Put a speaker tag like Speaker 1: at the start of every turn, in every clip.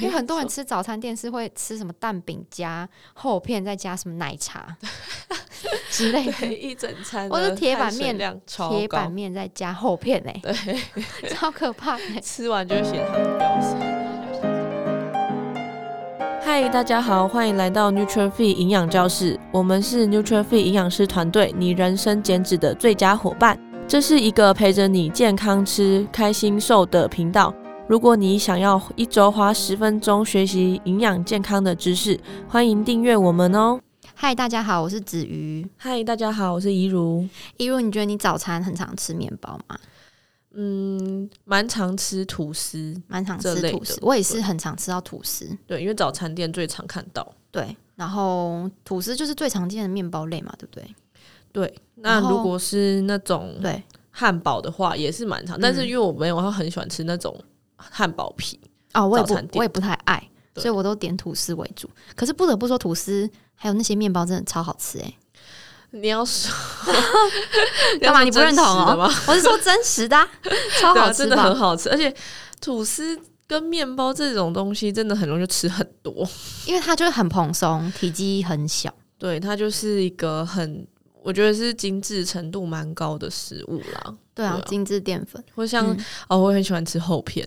Speaker 1: 因为很多人吃早餐店是会吃什么蛋饼加厚片，再加什么奶 茶之类
Speaker 2: 对，
Speaker 1: 的，
Speaker 2: 一整餐
Speaker 1: 我
Speaker 2: 的
Speaker 1: 是铁
Speaker 2: 碳
Speaker 1: 板
Speaker 2: 水
Speaker 1: 面
Speaker 2: 量超
Speaker 1: 铁
Speaker 2: 高
Speaker 1: 板面再加厚片哎、
Speaker 2: 对，
Speaker 1: 超可怕、欸。
Speaker 2: 吃完就会血糖飙升。嗨，大家好，欢迎来到 NutriFit 营养教室，我们是 NutriFit 营养师团队，你人生减脂的最佳伙伴。这是一个陪着你健康吃、开心瘦的频道。如果你想要一周花十分钟学习营养健康的知识，欢迎订阅我们哦。
Speaker 1: 嗨，大家好，我是子瑜。
Speaker 2: 嗨，大家好，我是怡如。
Speaker 1: 一如，你觉得你早餐很常吃面包吗？
Speaker 2: 嗯，蛮常吃吐司，
Speaker 1: 蛮常
Speaker 2: 这
Speaker 1: 吃
Speaker 2: 类
Speaker 1: 吐
Speaker 2: 的
Speaker 1: 司，我也是
Speaker 2: 对
Speaker 1: 很常吃到吐司。
Speaker 2: 对，因为早餐店最常看到。
Speaker 1: 对，然后吐司就是最常见的面包类嘛，对不对？
Speaker 2: 对，那
Speaker 1: 然后
Speaker 2: 如果是那种
Speaker 1: 哦对，嗯
Speaker 2: 汉堡的话，也是蛮长，但是因为我没有很喜欢吃那种汉堡皮，
Speaker 1: 哦，我也
Speaker 2: 早餐
Speaker 1: 不，
Speaker 2: 店
Speaker 1: 我也不太爱，
Speaker 2: 对
Speaker 1: 所以我都点吐司为主。可是不得不说，吐司还有那些面包真的超好吃哎、
Speaker 2: 你要 说
Speaker 1: 干嘛你不认同哦
Speaker 2: 要
Speaker 1: 我
Speaker 2: 说真实的吗？
Speaker 1: 是说真实 的啊、超
Speaker 2: 对 啊
Speaker 1: 好吃
Speaker 2: 真的很
Speaker 1: 吧？
Speaker 2: 好吃，而且吐司跟面包这种东西真的很容易就吃很多，
Speaker 1: 因为它就是很蓬松，体积很小。
Speaker 2: 对，它就是一个很。我觉得是精致程度蛮高的食物啦，
Speaker 1: 对啊，
Speaker 2: 对啊
Speaker 1: 精致淀粉。
Speaker 2: 或像、
Speaker 1: 嗯
Speaker 2: 哦，我很喜欢吃厚片，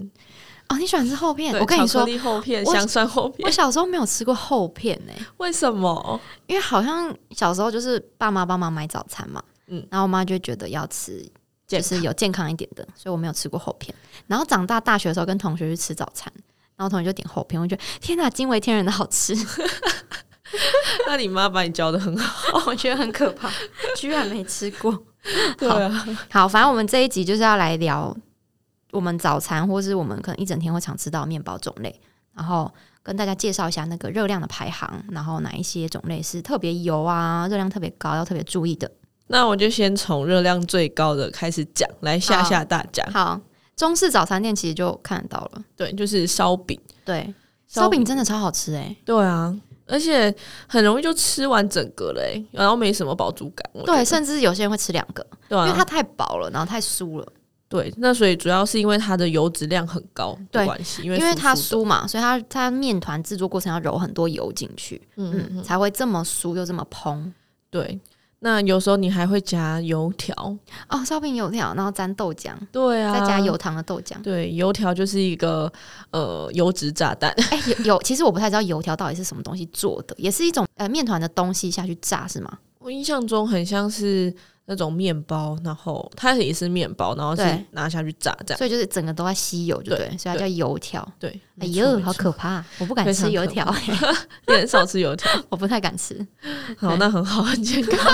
Speaker 1: 哦，你喜欢吃厚片？
Speaker 2: 对
Speaker 1: 我跟你
Speaker 2: 巧克
Speaker 1: 说，
Speaker 2: 力厚片、
Speaker 1: 我
Speaker 2: 香酸厚
Speaker 1: 我
Speaker 2: 片，
Speaker 1: 小时候没有吃过厚片哎、
Speaker 2: 为什么？
Speaker 1: 因为好像小时候就是爸妈帮忙买早餐嘛，
Speaker 2: 嗯
Speaker 1: 然后我妈就觉得要吃
Speaker 2: 健
Speaker 1: 就是有健康一点的，所以我没有吃过厚片。然后长大大学的时候跟同学去吃早餐，然后同学就点厚片，我觉得天哪，惊为天人的好 吃，
Speaker 2: 那你妈把你教的很好，
Speaker 1: 哦我觉得很可怕，居然没吃过。
Speaker 2: 对啊，
Speaker 1: 好，反正我们这一集就是要来聊我们早餐，或是我们可能一整天会常吃到的面包种类，然后跟大家介绍一下那个热量的排行，然后哪一些种类是特别油啊，热量特别高要特别注意的。
Speaker 2: 那我就先从热量最高的开始讲，来吓吓大家。
Speaker 1: 好，中式早餐店其实就看得到了，
Speaker 2: 对，就是烧饼，
Speaker 1: 对，烧饼真的超好吃哎、
Speaker 2: 对啊，而且很容易就吃完整个嘞、然后没什么饱足感。我觉
Speaker 1: 对，
Speaker 2: 得
Speaker 1: 甚至有些人会吃两个，
Speaker 2: 对
Speaker 1: 因为它
Speaker 2: 啊，
Speaker 1: 太饱了，然后太酥了，
Speaker 2: 对，那所以主要是因为它的油脂量很高的
Speaker 1: 对
Speaker 2: 关系，因为
Speaker 1: 因为它
Speaker 2: 酥酥的，
Speaker 1: 酥嘛，所以它它面团制作过程要揉很多油进去，
Speaker 2: 嗯嗯
Speaker 1: 嗯，
Speaker 2: 嗯，
Speaker 1: 才会这么酥又这么蓬。
Speaker 2: 对。那有时候你还会加油条，
Speaker 1: 哦，烧饼油条，然后沾豆浆，
Speaker 2: 对啊，
Speaker 1: 再加油。糖的豆浆。
Speaker 2: 对，油条就是一个呃油脂炸弹，
Speaker 1: 哎、有有，其实我不太知道油条到底是什么东西做的，也是一种呃面团的东西下去炸是吗？
Speaker 2: 我印象中很像是那种面包，然后它也是面包，然后是
Speaker 1: 对
Speaker 2: 拿下去炸这样。
Speaker 1: 所以就是整个都在吸油，就对，
Speaker 2: 对
Speaker 1: 所以它叫油条。
Speaker 2: 对，
Speaker 1: 哎
Speaker 2: 没错
Speaker 1: 呦，
Speaker 2: 没
Speaker 1: 好
Speaker 2: 错
Speaker 1: 可怕！我不敢
Speaker 2: 非
Speaker 1: 吃
Speaker 2: 常
Speaker 1: 油
Speaker 2: 可
Speaker 1: 条、
Speaker 2: 你很少吃油条，
Speaker 1: 我不太敢吃。
Speaker 2: 好，那很好，很健康。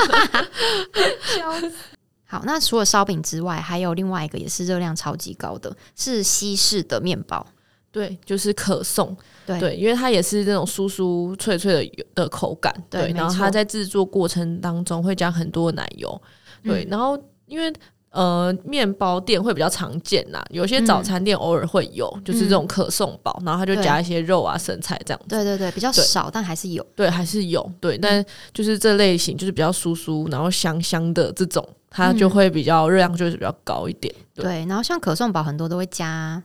Speaker 1: 好，那除了烧饼之外，还有另外一个也是热量超级高的，是西式的面包。
Speaker 2: 对，就是可颂，
Speaker 1: 对
Speaker 2: 对，因为它也是那种酥酥脆脆的油的口感，
Speaker 1: 对
Speaker 2: 对，
Speaker 1: 没
Speaker 2: 然后
Speaker 1: 错
Speaker 2: 它在制作过程当中会加很多奶油，对，
Speaker 1: 嗯
Speaker 2: 然后因为。呃，面包店会比较常见啦，有些早
Speaker 1: 嗯
Speaker 2: 餐店偶尔会有，就是这种可颂包，然后它就
Speaker 1: 对
Speaker 2: 加一些肉啊、生菜这样子。
Speaker 1: 对对对，比较
Speaker 2: 对
Speaker 1: 少，但还是有。
Speaker 2: 对，还是有对，但就是这类型就是比较酥酥，然后香香的这种，它就
Speaker 1: 嗯
Speaker 2: 会比较热量就是比较高一点。对
Speaker 1: 对，然后像可颂堡很多都会加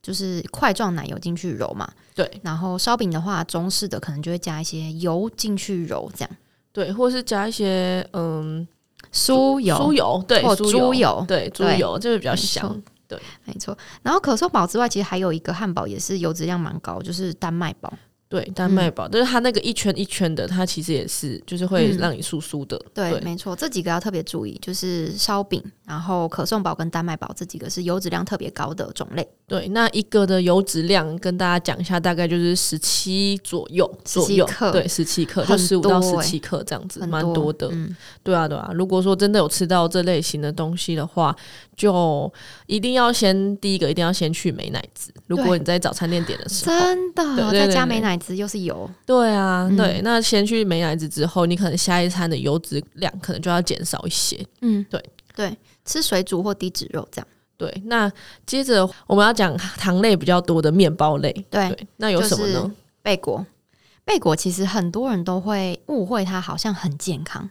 Speaker 1: 就是块状奶油进去揉嘛，
Speaker 2: 对，
Speaker 1: 然后烧饼的话，中式的可能就会加一些油进去揉，这样
Speaker 2: 对，或是加一些嗯
Speaker 1: 酥油、
Speaker 2: 酥油，对，
Speaker 1: 或
Speaker 2: 酥
Speaker 1: 猪油
Speaker 2: 对，猪
Speaker 1: 对
Speaker 2: 油就是比较
Speaker 1: 没
Speaker 2: 香
Speaker 1: 错。没错。然后可颂堡之外，其实还有一个汉堡也是油脂量蛮高，就是丹麦包。
Speaker 2: 对，丹麦堡，就是它那个一圈一圈的，它其实也是，就是会让你酥酥的。
Speaker 1: 对，
Speaker 2: 嗯对
Speaker 1: 没错，这几个要特别注意，就是烧饼，然后可颂堡跟丹麦堡这几个是油脂量特别高的种类，
Speaker 2: 对，那一个的油脂量跟大家讲一下，大概就是十七左右，左
Speaker 1: 17
Speaker 2: 右
Speaker 1: 克，
Speaker 2: 对，十七克，就
Speaker 1: 很
Speaker 2: 十五到
Speaker 1: 多
Speaker 2: 十
Speaker 1: 欸
Speaker 2: 七克这样子，
Speaker 1: 很
Speaker 2: 蛮
Speaker 1: 多
Speaker 2: 的。
Speaker 1: 嗯，
Speaker 2: 对啊，对啊。如果说真的有吃到这类型的东西的话，就一定要先第一个一定要先去美乃滋。如
Speaker 1: 对
Speaker 2: 果你在早餐店点的时候，
Speaker 1: 真
Speaker 2: 对
Speaker 1: 的，
Speaker 2: 对
Speaker 1: 再
Speaker 2: 对
Speaker 1: 加
Speaker 2: 对
Speaker 1: 美乃滋又是油，
Speaker 2: 对啊，
Speaker 1: 嗯
Speaker 2: 对，那先去美乃滋之后，你可能下一餐的油脂量可能就要减少一些。
Speaker 1: 嗯，
Speaker 2: 对
Speaker 1: 对，吃水煮或低脂肉这样，
Speaker 2: 对，那接着我们要讲糖类比较多的面包类。
Speaker 1: 对，
Speaker 2: 对，那有什么呢？
Speaker 1: 就是贝果，贝果其实很多人都会误会它好像很健康，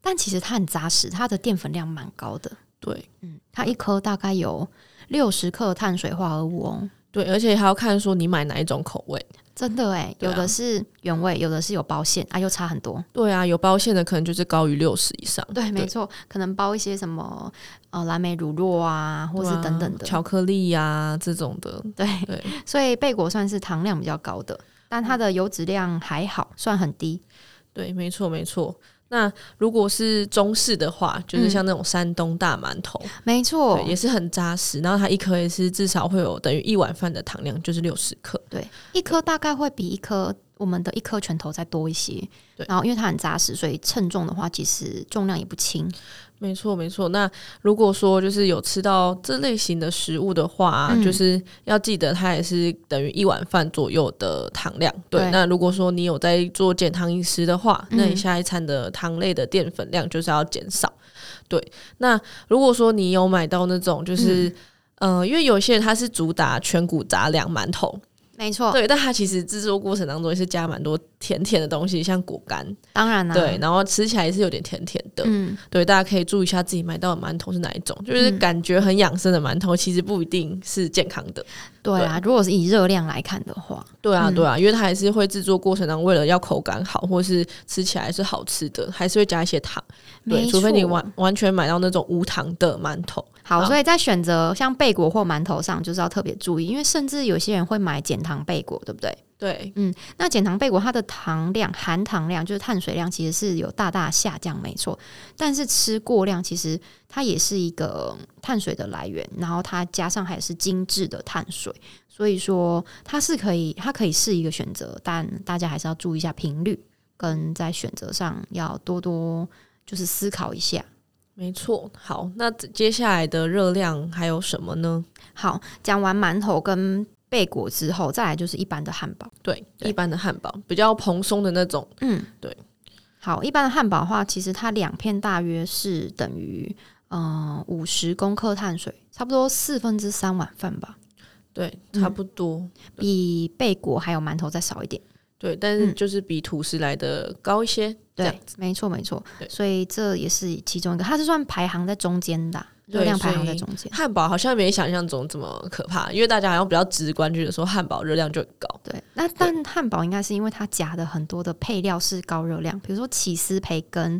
Speaker 1: 但其实它很扎实，它的淀粉量蛮高的，
Speaker 2: 对
Speaker 1: 嗯，它一颗大概有六十克碳水化合物哦，
Speaker 2: 对，而且还要看说你买哪一种口味。
Speaker 1: 真的哎，
Speaker 2: 对啊
Speaker 1: 有的是原味，有的是有包馅啊，又差很多。
Speaker 2: 对啊，有包馅的可能就是高于六十以上，
Speaker 1: 对，没错，可能包一些什么呃蓝莓乳酪啊，或
Speaker 2: 对
Speaker 1: 是
Speaker 2: 啊
Speaker 1: 等等的。
Speaker 2: 巧克力呀、这种的。
Speaker 1: 对，
Speaker 2: 对，
Speaker 1: 所以贝果算是糖量比较高的，但它的油脂量还好，算很低。
Speaker 2: 对，没错没错。那如果是中式的话，就是像那种山东大馒头，
Speaker 1: 没错
Speaker 2: 对，，也是很扎实。然后它一颗也是至少会有等于一碗饭的糖量，就是六十克。
Speaker 1: 对，一颗大概会比一颗我们的一颗拳头再多一些。
Speaker 2: 对
Speaker 1: 然后因为它很扎实，所以称重的话，其实重量也不轻。
Speaker 2: 没错，没错。那如果说就是有吃到这类型的食物的话啊、
Speaker 1: 嗯
Speaker 2: 就是要记得它也是等于一碗饭左右的糖量。对，
Speaker 1: 对
Speaker 2: 那如果说你有在做减糖饮食的话，那你
Speaker 1: 嗯
Speaker 2: 下一餐的糖类的淀粉量就是要减少。对，那如果说你有买到那种就是。
Speaker 1: 嗯
Speaker 2: 呃，因为有些人他是主打全谷杂粮馒头，
Speaker 1: 没错，
Speaker 2: 对，但他其实制作过程当中也是加蛮多甜甜的东西，像果干，
Speaker 1: 当然啦、
Speaker 2: 对，，然后吃起来也是有点甜甜的，
Speaker 1: 啊嗯，
Speaker 2: 对，大家可以注意一下自己买到的馒头是哪一种，就是感觉很养生的馒头，其实不一定是健康的。
Speaker 1: 对啊。如果是以热量来看的话，
Speaker 2: 对啊，
Speaker 1: 嗯
Speaker 2: 对啊，因为它还是会制作过程当中，为了要口感好，或是吃起来是好吃的，还是会加一些糖。对，
Speaker 1: 没
Speaker 2: 除非你
Speaker 1: 错
Speaker 2: 完完全买到那种无糖的馒头。
Speaker 1: 好，
Speaker 2: 好
Speaker 1: 所以在选择像贝果或馒头上，就是要特别注意，因为甚至有些人会买减糖贝果，对不对？
Speaker 2: 对，
Speaker 1: 那减糖贝果它的糖量、含糖量就是碳水量，其实是有大大下降，没错。但是吃过量，其实它也是一个碳水的来源，然后它加上还是精致的碳水，所以说它是可以，它可以是一个选择，但大家还是要注意一下频率，跟在选择上要多多就是思考一下。
Speaker 2: 没错。好，那接下来的热量还有什么呢？
Speaker 1: 好，讲完馒头跟贝果之后，再来就是一般的汉堡。
Speaker 2: 对，
Speaker 1: 对
Speaker 2: 一般的汉堡，比较蓬松的那种。
Speaker 1: 嗯，
Speaker 2: 对。
Speaker 1: 好，一般的汉堡的话，其实它两片大约是等于嗯五十公克碳水，差不多四分之三碗饭吧，
Speaker 2: 对，
Speaker 1: 嗯
Speaker 2: 差不多。
Speaker 1: 比贝果还有馒头再少一点。
Speaker 2: 对，但是
Speaker 1: 嗯
Speaker 2: 就是比吐司来的高一些。这
Speaker 1: 对
Speaker 2: 样，
Speaker 1: 没错没错
Speaker 2: 对，
Speaker 1: 所以这也是其中一个，它是算排行在中间的啊、
Speaker 2: 对
Speaker 1: 热量排行
Speaker 2: 所
Speaker 1: 在
Speaker 2: 以
Speaker 1: 中 间。
Speaker 2: 汉堡好像没想象中这么可怕，因为大家好像比较直观，觉得说汉堡热量就很高。
Speaker 1: 对，那但汉堡应该是因为它夹的很多的配料是高热量，比如说起司培根，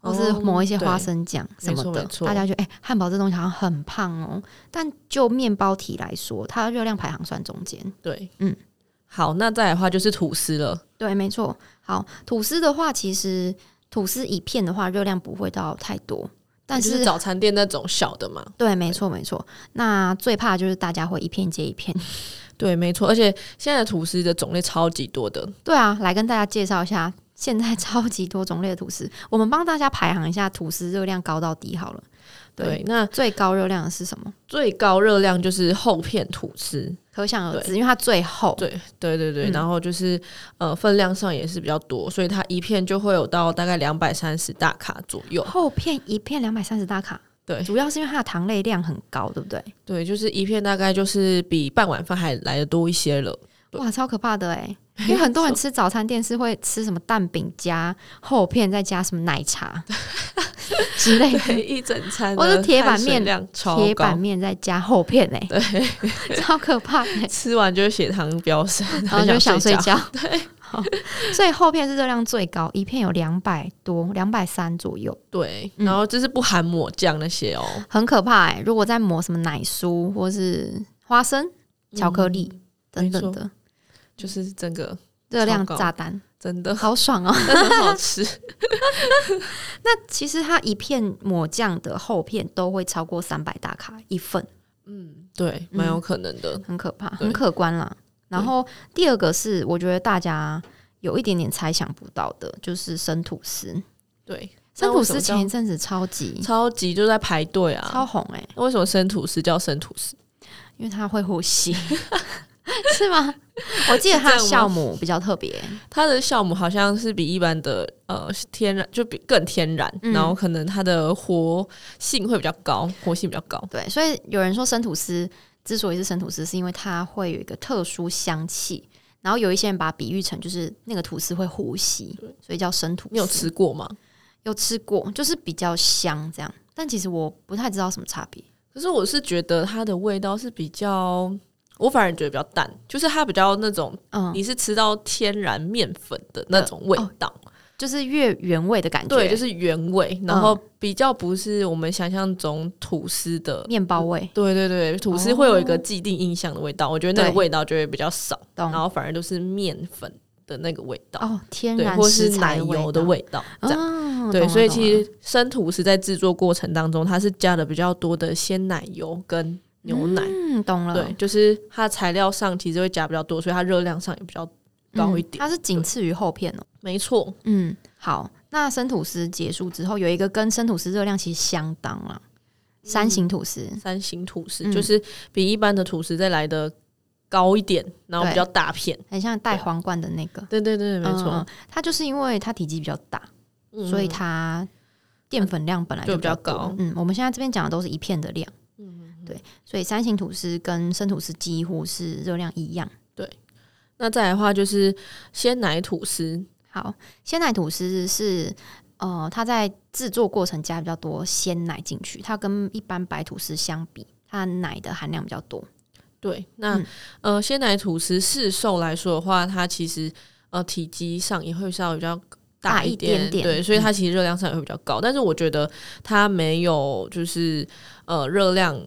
Speaker 1: 或是
Speaker 2: 哦
Speaker 1: 抹一些花
Speaker 2: 对
Speaker 1: 生酱什
Speaker 2: 没错
Speaker 1: 么的
Speaker 2: 没，错
Speaker 1: 大家觉得哎，汉、堡这东西好像很胖哦。但就面包体来说，它的热量排行算中间。
Speaker 2: 对，
Speaker 1: 嗯，
Speaker 2: 好，那再来的话就是吐司了。
Speaker 1: 对，没错。好，吐司的话，其实吐司一片的话，热量不会到太多，但
Speaker 2: 就是是早餐店那种小的嘛。
Speaker 1: 对，没错没错。那最怕就是大家会一片接一片。
Speaker 2: 对，没错，而且现在的吐司的种类超级多的。
Speaker 1: 对啊，来跟大家介绍一下，现在超级多种类的吐司，我们帮大家排行一下吐司热量高到低好了。
Speaker 2: 对，
Speaker 1: 对
Speaker 2: 那
Speaker 1: 最高热量的是什么？
Speaker 2: 最高热量就是厚片吐司。
Speaker 1: 可想而知，因为它最厚。
Speaker 2: 对，对对对，
Speaker 1: 嗯
Speaker 2: 然后就是呃分量上也是比较多，所以它一片就会有到大概两百三十大卡左右。
Speaker 1: 厚片一片两百三十大卡，
Speaker 2: 对
Speaker 1: 主要是因为它的糖类量很高，对不对？
Speaker 2: 对，就是一片大概就是比半碗饭还来的多一些了。对
Speaker 1: 哇，超可怕的哎！因为很多人吃早餐店是会吃什么蛋饼加厚片，再加什么奶茶之类
Speaker 2: 对，
Speaker 1: 的，
Speaker 2: 一整餐
Speaker 1: 或
Speaker 2: 的
Speaker 1: 是铁板
Speaker 2: 碳水
Speaker 1: 面
Speaker 2: 量超
Speaker 1: 铁
Speaker 2: 高
Speaker 1: 板，面再加厚片哎， 超可怕 哎！
Speaker 2: 吃完就血糖飙升，
Speaker 1: 然后就想睡
Speaker 2: 睡。
Speaker 1: 觉，对， 所以厚片是热量最高，一片有两百多，两百三左右，
Speaker 2: 对，
Speaker 1: 嗯
Speaker 2: 然后就是不含抹酱那些哦，
Speaker 1: 很可怕哎、如果再抹什么奶酥或是花生、巧克力、等等的
Speaker 2: 就是整个
Speaker 1: 热量
Speaker 2: 超高
Speaker 1: 炸弹，
Speaker 2: 真 的
Speaker 1: 好爽哦！
Speaker 2: 真的很好吃。
Speaker 1: 那其实它一片抹酱的厚片都会超过三百大卡一份，
Speaker 2: 嗯，对，蛮有可能的。
Speaker 1: 很可怕，
Speaker 2: 对
Speaker 1: 很可观啦。然后第二个是，我觉得大家有一点点猜想不到的，就是生吐司。
Speaker 2: 对，
Speaker 1: 生吐司
Speaker 2: 那为什
Speaker 1: 前
Speaker 2: 么
Speaker 1: 一阵子超级
Speaker 2: 叫超级就在排队
Speaker 1: 超
Speaker 2: 啊。
Speaker 1: 红哎、
Speaker 2: 那为什么生吐司叫生吐司？
Speaker 1: 因为它会呼 吸，是吗？我记得它的酵母比较特别，
Speaker 2: 它的酵母好像是比一般的呃天然就比更天然，
Speaker 1: 嗯
Speaker 2: 然后可能它的活性会比较高，活性比较高。
Speaker 1: 对，所以有人说生吐司之所以是生吐司，是因为它会有一个特殊香气。然后有一些人把它比喻成就是那个吐司会呼吸，所以叫生吐司。
Speaker 2: 你有吃过吗？
Speaker 1: 有吃过，就是比较香这样，但其实我不太知道什么差别。
Speaker 2: 可是我是觉得它的味道是比较我反而觉得比较淡，就是它比较那种
Speaker 1: 嗯，
Speaker 2: 你是吃到天然面粉的那种味道，
Speaker 1: 哦就是越原味的感觉，
Speaker 2: 对，就是原味，然后比较不是我们想象中吐司的。
Speaker 1: 面包味，
Speaker 2: 对对对，吐司
Speaker 1: 哦
Speaker 2: 会有一个既定印象的味道，我觉得那个
Speaker 1: 对
Speaker 2: 味道就会比较少，
Speaker 1: 懂
Speaker 2: 然？后反而都是面粉的那个味道，
Speaker 1: 哦，天
Speaker 2: 对，
Speaker 1: 然
Speaker 2: 或
Speaker 1: 食
Speaker 2: 是奶
Speaker 1: 材
Speaker 2: 油的
Speaker 1: 道
Speaker 2: 味道，这样。
Speaker 1: 哦
Speaker 2: 对，
Speaker 1: 懂
Speaker 2: 所
Speaker 1: 了
Speaker 2: 以
Speaker 1: 懂
Speaker 2: 其
Speaker 1: 了
Speaker 2: 实生吐司在制作过程当中，它是加了比较多的鲜奶油跟牛奶，
Speaker 1: 嗯，懂了，
Speaker 2: 对，就是它材料上其实会加比较多，所以它热量上也比较高一
Speaker 1: 嗯
Speaker 2: 点。
Speaker 1: 它是仅次于厚片哦。
Speaker 2: 没错，
Speaker 1: 嗯，好，那生吐司结束之后，有一个跟生吐司热量其实相当啦，三型吐司，
Speaker 2: 三型吐司、
Speaker 1: 嗯
Speaker 2: 就是比一般的吐司再来的高一点，然后比较大片。
Speaker 1: 很像带皇冠的那个，
Speaker 2: 对对对，没
Speaker 1: 嗯
Speaker 2: 错
Speaker 1: 嗯、它就是因为它体积比较大，
Speaker 2: 嗯
Speaker 1: 所以它淀粉量本来
Speaker 2: 就
Speaker 1: 比较
Speaker 2: 比较
Speaker 1: 多
Speaker 2: 高
Speaker 1: 嗯，我们现在这边讲的都是一片的量。嗯，对，所以三型吐司跟生吐司几乎是热量一样。
Speaker 2: 那再来的话就是鲜奶吐司，
Speaker 1: 好，鲜奶吐司是呃，它在制作过程加比较多鲜奶进去，它跟一般白吐司相比，它奶的含量比较多。
Speaker 2: 对，那、
Speaker 1: 嗯
Speaker 2: 呃，鲜奶吐司市售来说的话，它其实呃体积上也会稍微比较
Speaker 1: 大
Speaker 2: 一
Speaker 1: 一点点
Speaker 2: 对，所以
Speaker 1: 嗯
Speaker 2: 它其实热量上也会比较高。但是我觉得它没有就是呃热量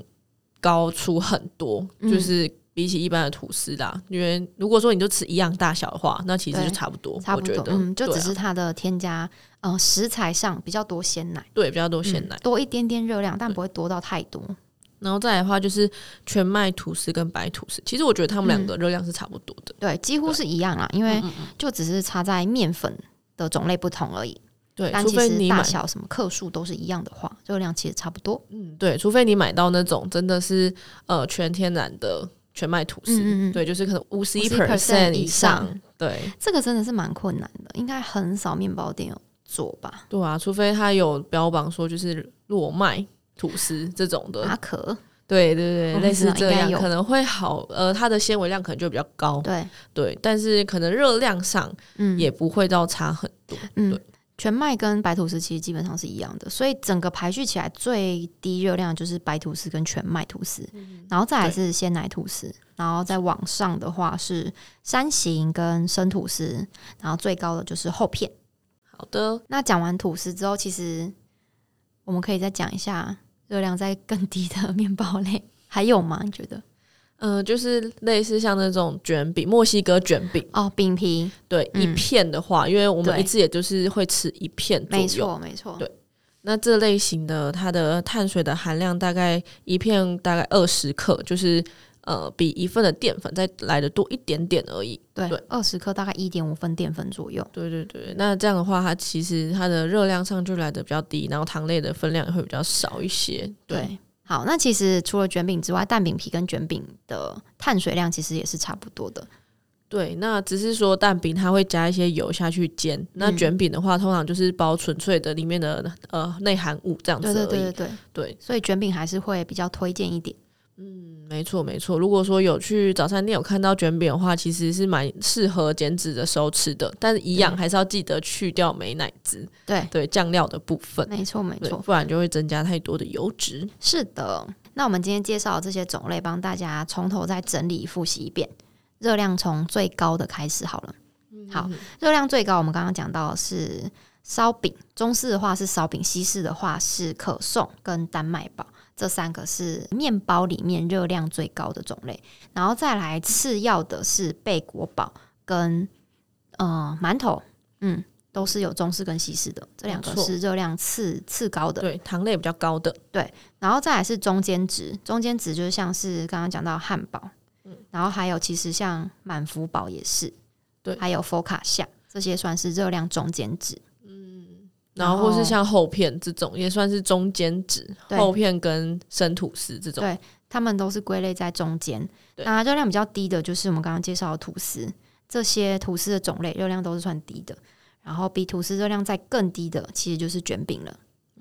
Speaker 2: 高出很多，就
Speaker 1: 嗯
Speaker 2: 是。比起一般的吐司啦，因为如果说你就吃一样大小的话，那其实就
Speaker 1: 对
Speaker 2: 差不多，
Speaker 1: 差不多
Speaker 2: 我觉，得，
Speaker 1: 嗯，就
Speaker 2: 对
Speaker 1: 只
Speaker 2: 啊
Speaker 1: 是它的添加，呃，食材上比较多鲜奶，
Speaker 2: 对比较多鲜
Speaker 1: 嗯
Speaker 2: 奶。
Speaker 1: 多一点点热量，但
Speaker 2: 对
Speaker 1: 不会多到太多。
Speaker 2: 然后再来的话就是全麦吐司跟白吐司，其实我觉得它们两
Speaker 1: 嗯
Speaker 2: 个热量是差不多的。
Speaker 1: 对，几乎
Speaker 2: 对
Speaker 1: 是一样啦，因为
Speaker 2: 嗯
Speaker 1: 就只是差在面粉的种类不同而已。
Speaker 2: 对，
Speaker 1: 但
Speaker 2: 除
Speaker 1: 其
Speaker 2: 非
Speaker 1: 实
Speaker 2: 你
Speaker 1: 大
Speaker 2: 买
Speaker 1: 小什么克数都是一样的话，热量其实差不多。
Speaker 2: 嗯，对，除非你买到那种真的是呃全天然的全麦吐司，
Speaker 1: 嗯嗯嗯
Speaker 2: 对，就是可能五十一
Speaker 1: 51%
Speaker 2: 以
Speaker 1: 以上，
Speaker 2: 对
Speaker 1: 这个真的是蛮困难的，应该很少面包店有做吧？
Speaker 2: 对啊，除非它有标榜说就是裸麦吐司这种的，
Speaker 1: 马可，
Speaker 2: 对对对，
Speaker 1: 啊我不
Speaker 2: 类
Speaker 1: 知
Speaker 2: 似
Speaker 1: 道
Speaker 2: 这
Speaker 1: 应该
Speaker 2: 样
Speaker 1: 有
Speaker 2: 可能会好，呃，它的纤维量可能就比较高，
Speaker 1: 对，
Speaker 2: 对，但是可能热量上
Speaker 1: 嗯，
Speaker 2: 也不会到差很多，
Speaker 1: 嗯
Speaker 2: 对，
Speaker 1: 全麦跟白吐司其实基本上是一样的，所以整个排序起来最低热量就是白吐司跟全麦吐司，
Speaker 2: 嗯
Speaker 1: 然后再来是鲜奶吐司，然后再往上的话是山形跟生吐司，然后最高的就是厚片。
Speaker 2: 好的，
Speaker 1: 那讲完吐司之后，其实我们可以再讲一下热量在更低的面包类，还有吗？你觉得？
Speaker 2: 嗯、就是类似像那种卷饼，墨西哥卷饼，
Speaker 1: 哦，饼皮，
Speaker 2: 对，一
Speaker 1: 嗯
Speaker 2: 片的话，因为我们
Speaker 1: 对
Speaker 2: 一次也就是会吃一片左
Speaker 1: 没
Speaker 2: 右。
Speaker 1: 错，没错，
Speaker 2: 对那这类型的它的碳水的含量大概一片大概二十克，就是呃比一份的淀粉再来的多一点点而已。
Speaker 1: 对
Speaker 2: 对，
Speaker 1: 二十克大概一点五分淀粉左右。
Speaker 2: 对对对，那这样的话，它其实它的热量上就来的比较低，然后糖类的分量也会比较少一些。对，
Speaker 1: 对，好，那其实除了卷饼之外，蛋饼皮跟卷饼的碳水量其实也是差不多的。
Speaker 2: 对，那只是说蛋饼它会加一些油下去煎，那
Speaker 1: 嗯
Speaker 2: 卷饼的话通常就是包纯粹的里面的呃内含物这样子而
Speaker 1: 对
Speaker 2: 已。
Speaker 1: 对对对对，
Speaker 2: 对
Speaker 1: 所以卷饼还是会比较推荐一点。
Speaker 2: 没错，没错。如果说有去早餐店有看到卷饼的话，其实是蛮适合减脂的时候吃的，但是一样
Speaker 1: 对
Speaker 2: 还是要记得去掉美乃滋，
Speaker 1: 对，
Speaker 2: 对酱料的部分，
Speaker 1: 没错没
Speaker 2: 对，
Speaker 1: 错，
Speaker 2: 不然就会增加太多的油脂。
Speaker 1: 是的。那我们今天介绍的这些种类，帮大家从头再整理复习一遍。热量从最高的开始好了。
Speaker 2: 嗯
Speaker 1: 好，热量最高，我们刚刚讲到的是烧饼，中式的话是烧饼，西式的话是可颂跟丹麦包，这三个是面包里面热量最高的种类。然后再来次要的是贝果堡跟呃馒头，嗯，都是有中式跟西式的，这两个
Speaker 2: 没错
Speaker 1: 是热量次次高的。
Speaker 2: 对，糖类比较高的，
Speaker 1: 然后再来是中间值，中间值就像是刚刚讲到汉堡，
Speaker 2: 嗯
Speaker 1: 然后还有其实像满福堡也是，
Speaker 2: 对
Speaker 1: 还有佛卡夏这些算是热量中间值，
Speaker 2: 然后或是像厚片这种，也算是中间值，
Speaker 1: 对
Speaker 2: 厚片跟生吐司这种。
Speaker 1: 对它们都是归类在中间。
Speaker 2: 对
Speaker 1: 那热量比较低的就是我们刚刚介绍的吐司，这些吐司的种类热量都是算低的。然后比吐司热量再更低的，其实就是卷饼了。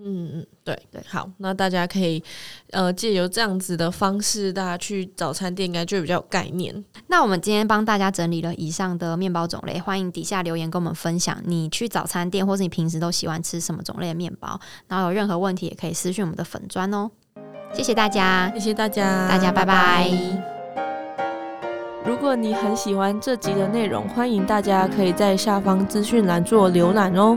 Speaker 2: 嗯嗯，对
Speaker 1: 对
Speaker 2: 好，那大家可以呃借由这样子的方式，大家去早餐店应该就比较有概念。
Speaker 1: 那我们今天帮大家整理了以上的面包种类，欢迎底下留言跟我们分享你去早餐店或是你平时都喜欢吃什么种类的面包，然后有任何问题也可以私讯我们的粉砖哦。谢谢大家，
Speaker 2: 谢谢大家，
Speaker 1: 大家拜拜
Speaker 2: 拜果你很喜欢这集的内容，欢迎大家可以在下方资讯栏做浏览哦。